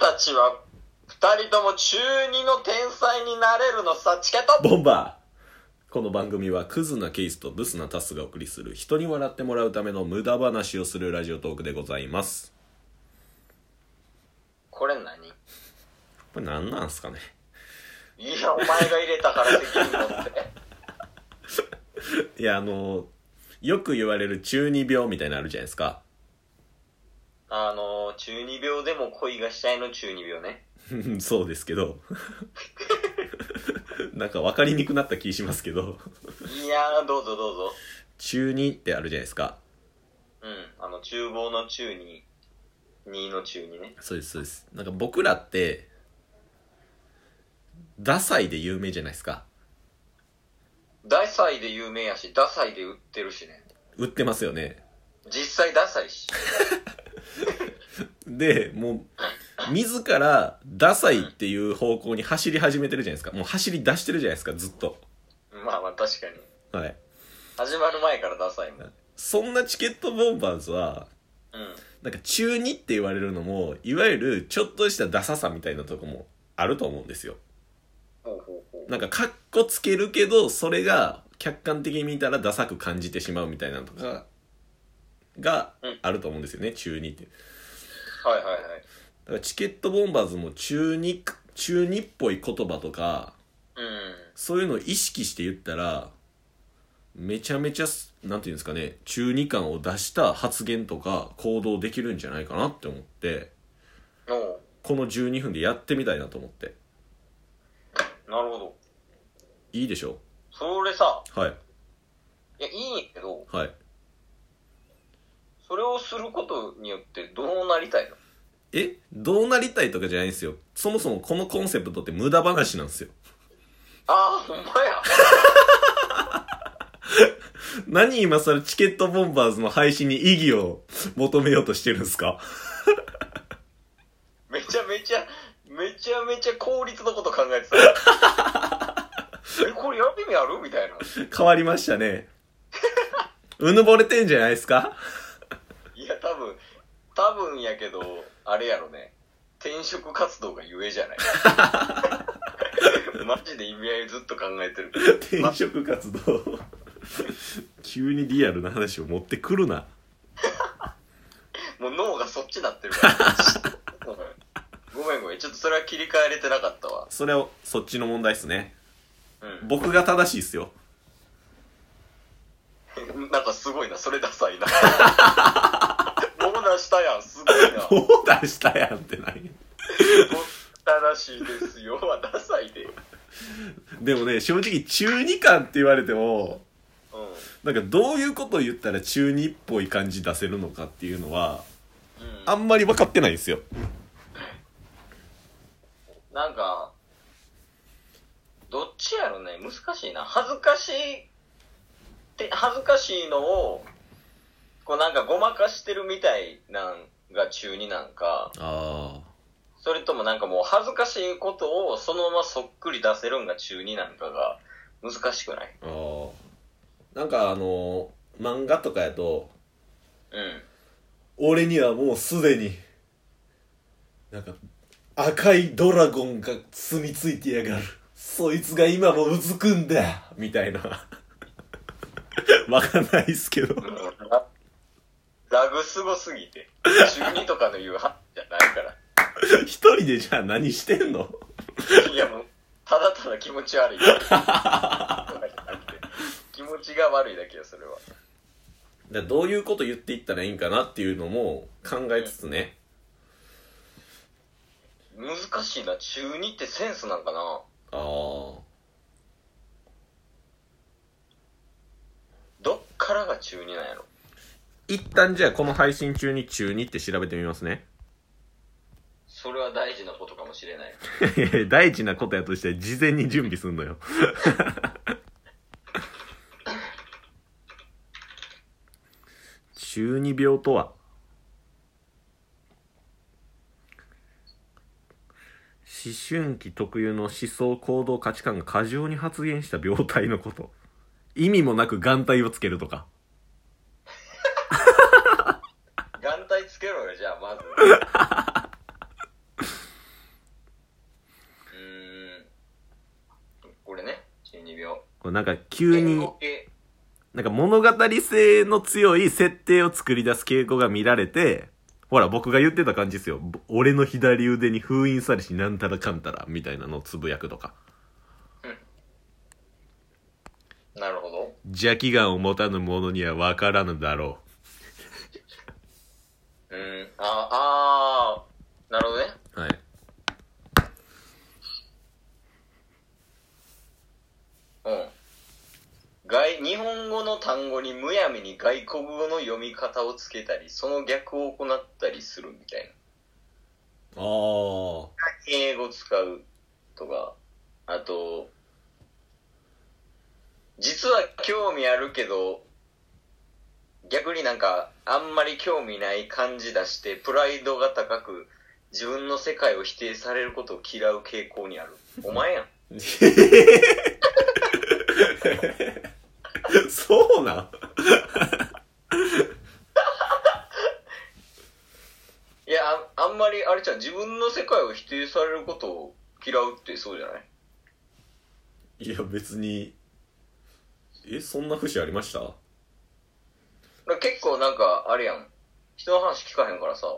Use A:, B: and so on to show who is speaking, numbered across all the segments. A: たちは2人とも中二の天才になれるのさチケット
B: ボンバーこの番組はクズなケースとブスなタスがお送りする人に笑ってもらうための無駄話をするラジオトークでございます
A: これ何
B: これ何なんすかね
A: いやお前が入れたから責任持って
B: いやあのよく言われる中二病みたいなのあるじゃないですか
A: あの中二病でも恋がしたいの中二病ね
B: そうですけど なんか分かりにくくなった気しますけど
A: いやーどうぞどうぞ
B: 中二ってあるじゃないですか
A: うんあの厨房の中に2の中にね
B: そうですそうですなんか僕らってダサいで有名じゃないですか
A: ダサいで有名やしダサいで売ってるしね
B: 売ってますよね
A: 実際ダサいし
B: でもう自らダサいっていう方向に走り始めてるじゃないですかもう走り出してるじゃないですかずっと
A: まあまあ確かに
B: はい
A: 始まる前からダサいもんうん
B: そんなチケットボンバーズはなんか中二って言われるのもいわゆるちょっとしたダサさみたいなとこもあると思うんですよ
A: ほうほうほう
B: なんかカッコつけるけどそれが客観的に見たらダサく感じてしまうみたいなのとかが
A: うん
B: あると思うんですよね中二ってだ
A: はいはいはい
B: からチケットボンバーズも中二中二っぽい言葉とか
A: うん
B: そういうのを意識して言ったらめちゃめちゃすなんていうんですかね中二感を出した発言とか行動できるんじゃないかなって思って
A: お
B: この12分でやってみたいなと思って
A: うなるほど
B: いいでしょ
A: それさ
B: はい
A: いやいいんやけど
B: はい
A: それをすることによってどうなりたいの
B: えどうなりたいとかじゃないんですよそもそもこのコンセプトって無駄話なんですよ
A: ああほんまや
B: 何今更チケットボンバーズの配信に意義を求めようとしてるんですか
A: めちゃめちゃめちゃめちゃ効率のこと考えてたえこれやる意味あるみたいな
B: 変わりましたねうぬぼれてんじゃないですか
A: いや多分多分やけどあれやろね転職活動がゆえじゃないマジで意味合いずっと考えてるけど
B: 転職活動急にリアルな話を持ってくるな
A: もう脳がそっちになってるから。ごめんごめん。ちょっとそれは切り替えれてなかったわ。
B: それをそっちの問題っすね
A: う
B: 僕が正しいっすよ
A: ん。なんかすごいな。それダサ いな。もう出したやん。すごいな。
B: どう出したやんってない
A: 正しいですよ。はダサいで。うん。
B: でもね正直中二感って言われても
A: うん。
B: なんかどういうことを言ったら中二っぽい感じ出せるのかっていうのはあんまり分かってないんですよ
A: なんか、どっちやろね。難しいな。恥ずかしいって、恥ずかしいのを、こうなんかごまかしてるみたいなんが中二なんか、
B: あ
A: それともなんかもう恥ずかしいことをそのままそっくり出せるんが中二なんかが難しくない
B: ああなんかあの漫画とかやと
A: うん。
B: 俺にはもうすでになんか赤いドラゴンが住み着いてやがるそいつが今もうずくんだみたいな わかんないっすけど
A: ララグすごすぎて。中二とかの言うはじゃないから。
B: 一人でじゃあ何してんの
A: いやもう、ただただ気持ち悪い。とかじゃなくて気持ちが悪いだけよ、それは。
B: だからどういうこと言っていったらいいんかなっていうのも考えつつね
A: 難しいな。中二ってセンスなんかな
B: ああ
A: どっからが中二なんやろ
B: 一旦じゃあこの配信中に中2って調べてみますね
A: それは大事なことかもしれない。
B: いやいや 大事なことやとして事前に準備すんのよ 中二病とは思春期特有の思想行動価値観が過剰に発現した病態のこと意味もなく眼帯をつけるとか
A: 眼帯つけろよ、じゃあ、まず。
B: なんか急
A: 稽
B: に
A: 古、系
B: なんか物語性の強い設定を作り出す傾向が見られて、ほら、僕が言ってた感じですよ。ぼ俺の左腕に封印されし、なんたらかんたら、みたいなのをつぶやくとか。
A: なるほど。
B: 邪気眼を持たぬ者には分からぬだろ
A: うん。ああー、なるほどね。
B: う。はい。
A: うん。外、日本語の単語にむやみに外国語の読み方をつけたり、その逆を行ったりするみたいな。
B: ああ。
A: 英語使うとか、あと、実は興味あるけど、逆になんか、あんまり興味ない感じ出して、プライドが高く、自分の世界を否定されることを嫌う傾向にある。お前やん。
B: そうなん
A: いや、ああんまり、あれちゃん、自分の世界を否定されることを嫌うってそうじゃない
B: いや、別に。え、そんな節ありました
A: だから結構なんか、あれやん。人の話聞かへんからさ。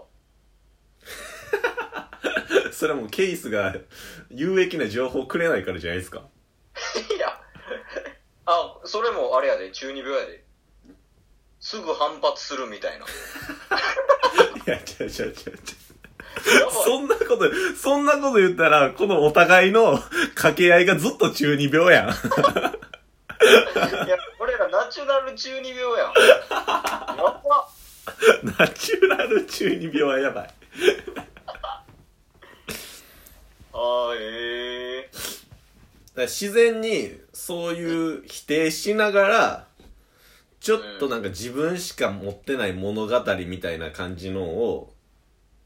B: それはもうケイスが有益な情報をくれないからじゃないですか。
A: いや、あ、それもあれやで、中二病やで。すぐ反発するみたいな。
B: いや、違う違う違う違う。
A: やばい
B: そんなこと、そんなこと言ったら、このお互いの 掛け合いがずっと中二病やん。
A: いや、俺らナチュラル中二病やん。やばっ
B: ナチュラル中二病はやばい。
A: あー、ええ
B: だから自然にそういう否定しながらちょっとなんか自分しか持ってない物語みたいな感じのを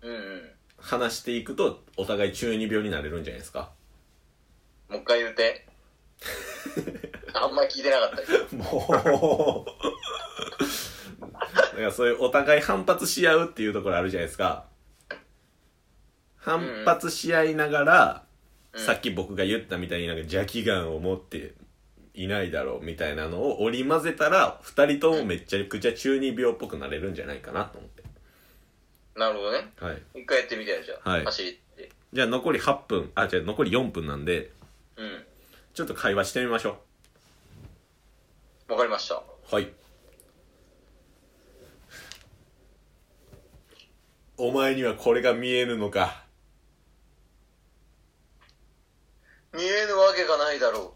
A: うんうん。
B: 話していくとお互い中二病になれるんじゃないですか
A: もう一回言うて。あんまり聞いてなかったけど。
B: もう だからそういうお互い反発し合うっていうところあるじゃないですか反発し合いながら、
A: うん
B: さっき僕が言ったみたいになんか邪気眼を持っていないだろうみたいなのを織り交ぜたら二人ともめっちゃくちゃ中二病っぽくなれるんじゃないかなと思って
A: なるほどね。
B: はい
A: 一回やってみてよ、じゃあ。
B: はい
A: 走りって。
B: じゃあ残り8分あじゃあ残り4分なんで
A: うん。
B: ちょっと会話してみましょ
A: わかりました。
B: うはいお前にはこれが見えぬのか
A: 見えぬわけがないだろ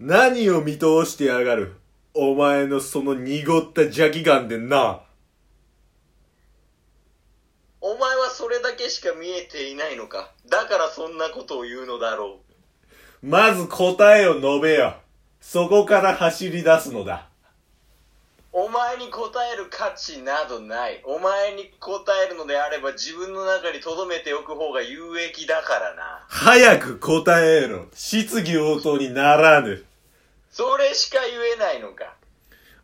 B: 何を見通してやがるお前のその濁った邪気眼でな。
A: う。お前はそれだけしか見えていないのか。だからそんなことを言うのだろう。
B: まず答えを述べよ。そこから走り出すのだ。
A: お前に答える価値などない。お前に答えるのであれば自分の中に留めておく方が有益だからな。
B: 早く答えろ。質疑応答にならぬ。
A: それしか言えないのか。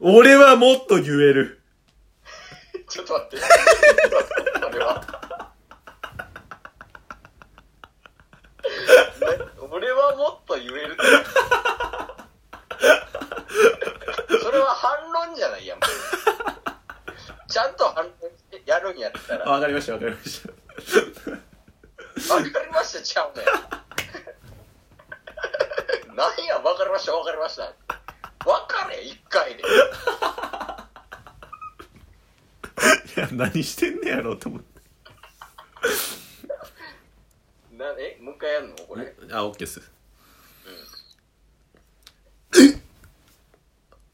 B: 俺はもっと言える。
A: ちょっと待って。それは。俺はもっと言えるってそれは反論じゃないやん。もうちゃんと反論してやるんやったら。わ
B: わかりました、わかりました。
A: かりました、ちゃうねん。なんや、わかりました、わかりました。わかれ、一回で。
B: いや、何してんねやろうと思って。
A: なえ、もう一回やんのこれ。
B: あ、オッケーっす。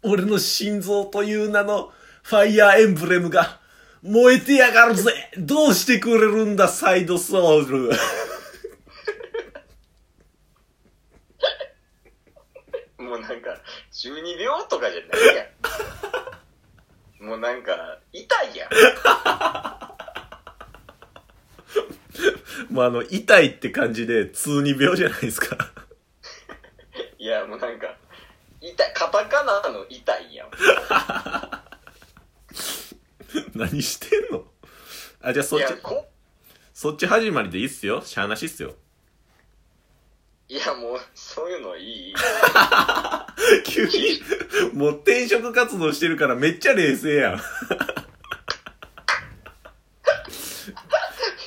B: 俺の心臓という名のファイヤーエンブレムが燃えてやがるぜどうしてくれるんだサイドソウル
A: もうなんか、中二病とかじゃないや ん。もうなんか、痛いやん。
B: もうあの、痛いって感じで通二病じゃないですか。
A: いや、もうなんか、痛い、カタカナの痛いやん。
B: 何してんのあ、じゃあそ
A: い
B: っち
A: や、、こ、
B: そっち始まりでいいっすよ。しゃあなしっすよ。
A: いや、もう、そういうのいい。
B: 急に、もう転職活動してるからめっちゃ冷静やん。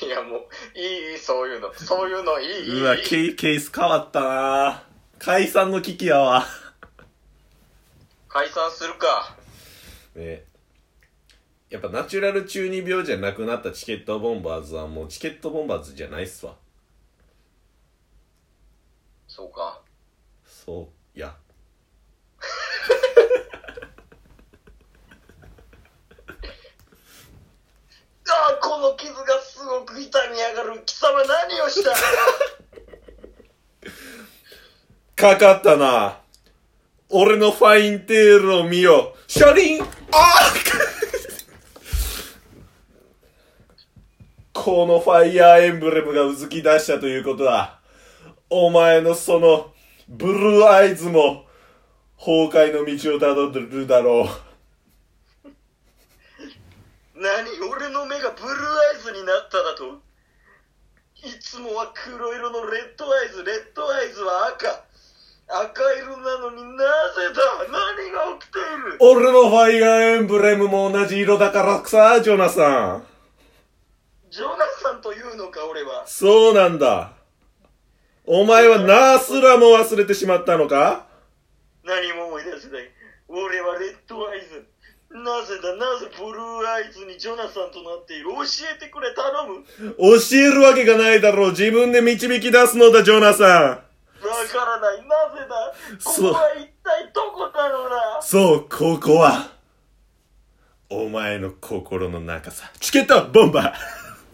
A: いや、もう、いい、そういうの。そういうのいい。
B: うわ、
A: いい
B: ケイケース変わったな解散の危機やわ。
A: 解散するか。
B: ねやっぱナチュラル中二病じゃなくなったチケットボンバーズはもうチケットボンバーズじゃないっすわ。
A: そうか。
B: そう、いや。
A: ああ、この傷がすごく痛み上がる。貴様何をした
B: かかったな俺のファインテールを見よ車輪あ このファイヤーエンブレムがうずき出したということは、お前のその、ブルーアイズも、崩壊の道をたどるだろう。
A: 何俺の目がブルーアイズになっただといつもは黒色のレッドアイズレッドアイズは赤赤色なのになぜだ何が起きている
B: 俺のファイヤーエンブレムも同じ色だからさ、ジョナさん。
A: ジョナサンというのか俺は
B: そうなんだ。お前はナースらも忘れてしまったのか
A: 何も思い出せない俺はレッドアイズなぜだなぜブルーアイズにジョナサンとなっている教えてくれ頼む
B: 教えるわけがないだろう。自分で導き出すのだ、ジョナさ
A: わからないなぜだこ
B: そう。
A: こは一体どこだろうなん
B: そう、ここは、お前の心の中さ。チケットボンバー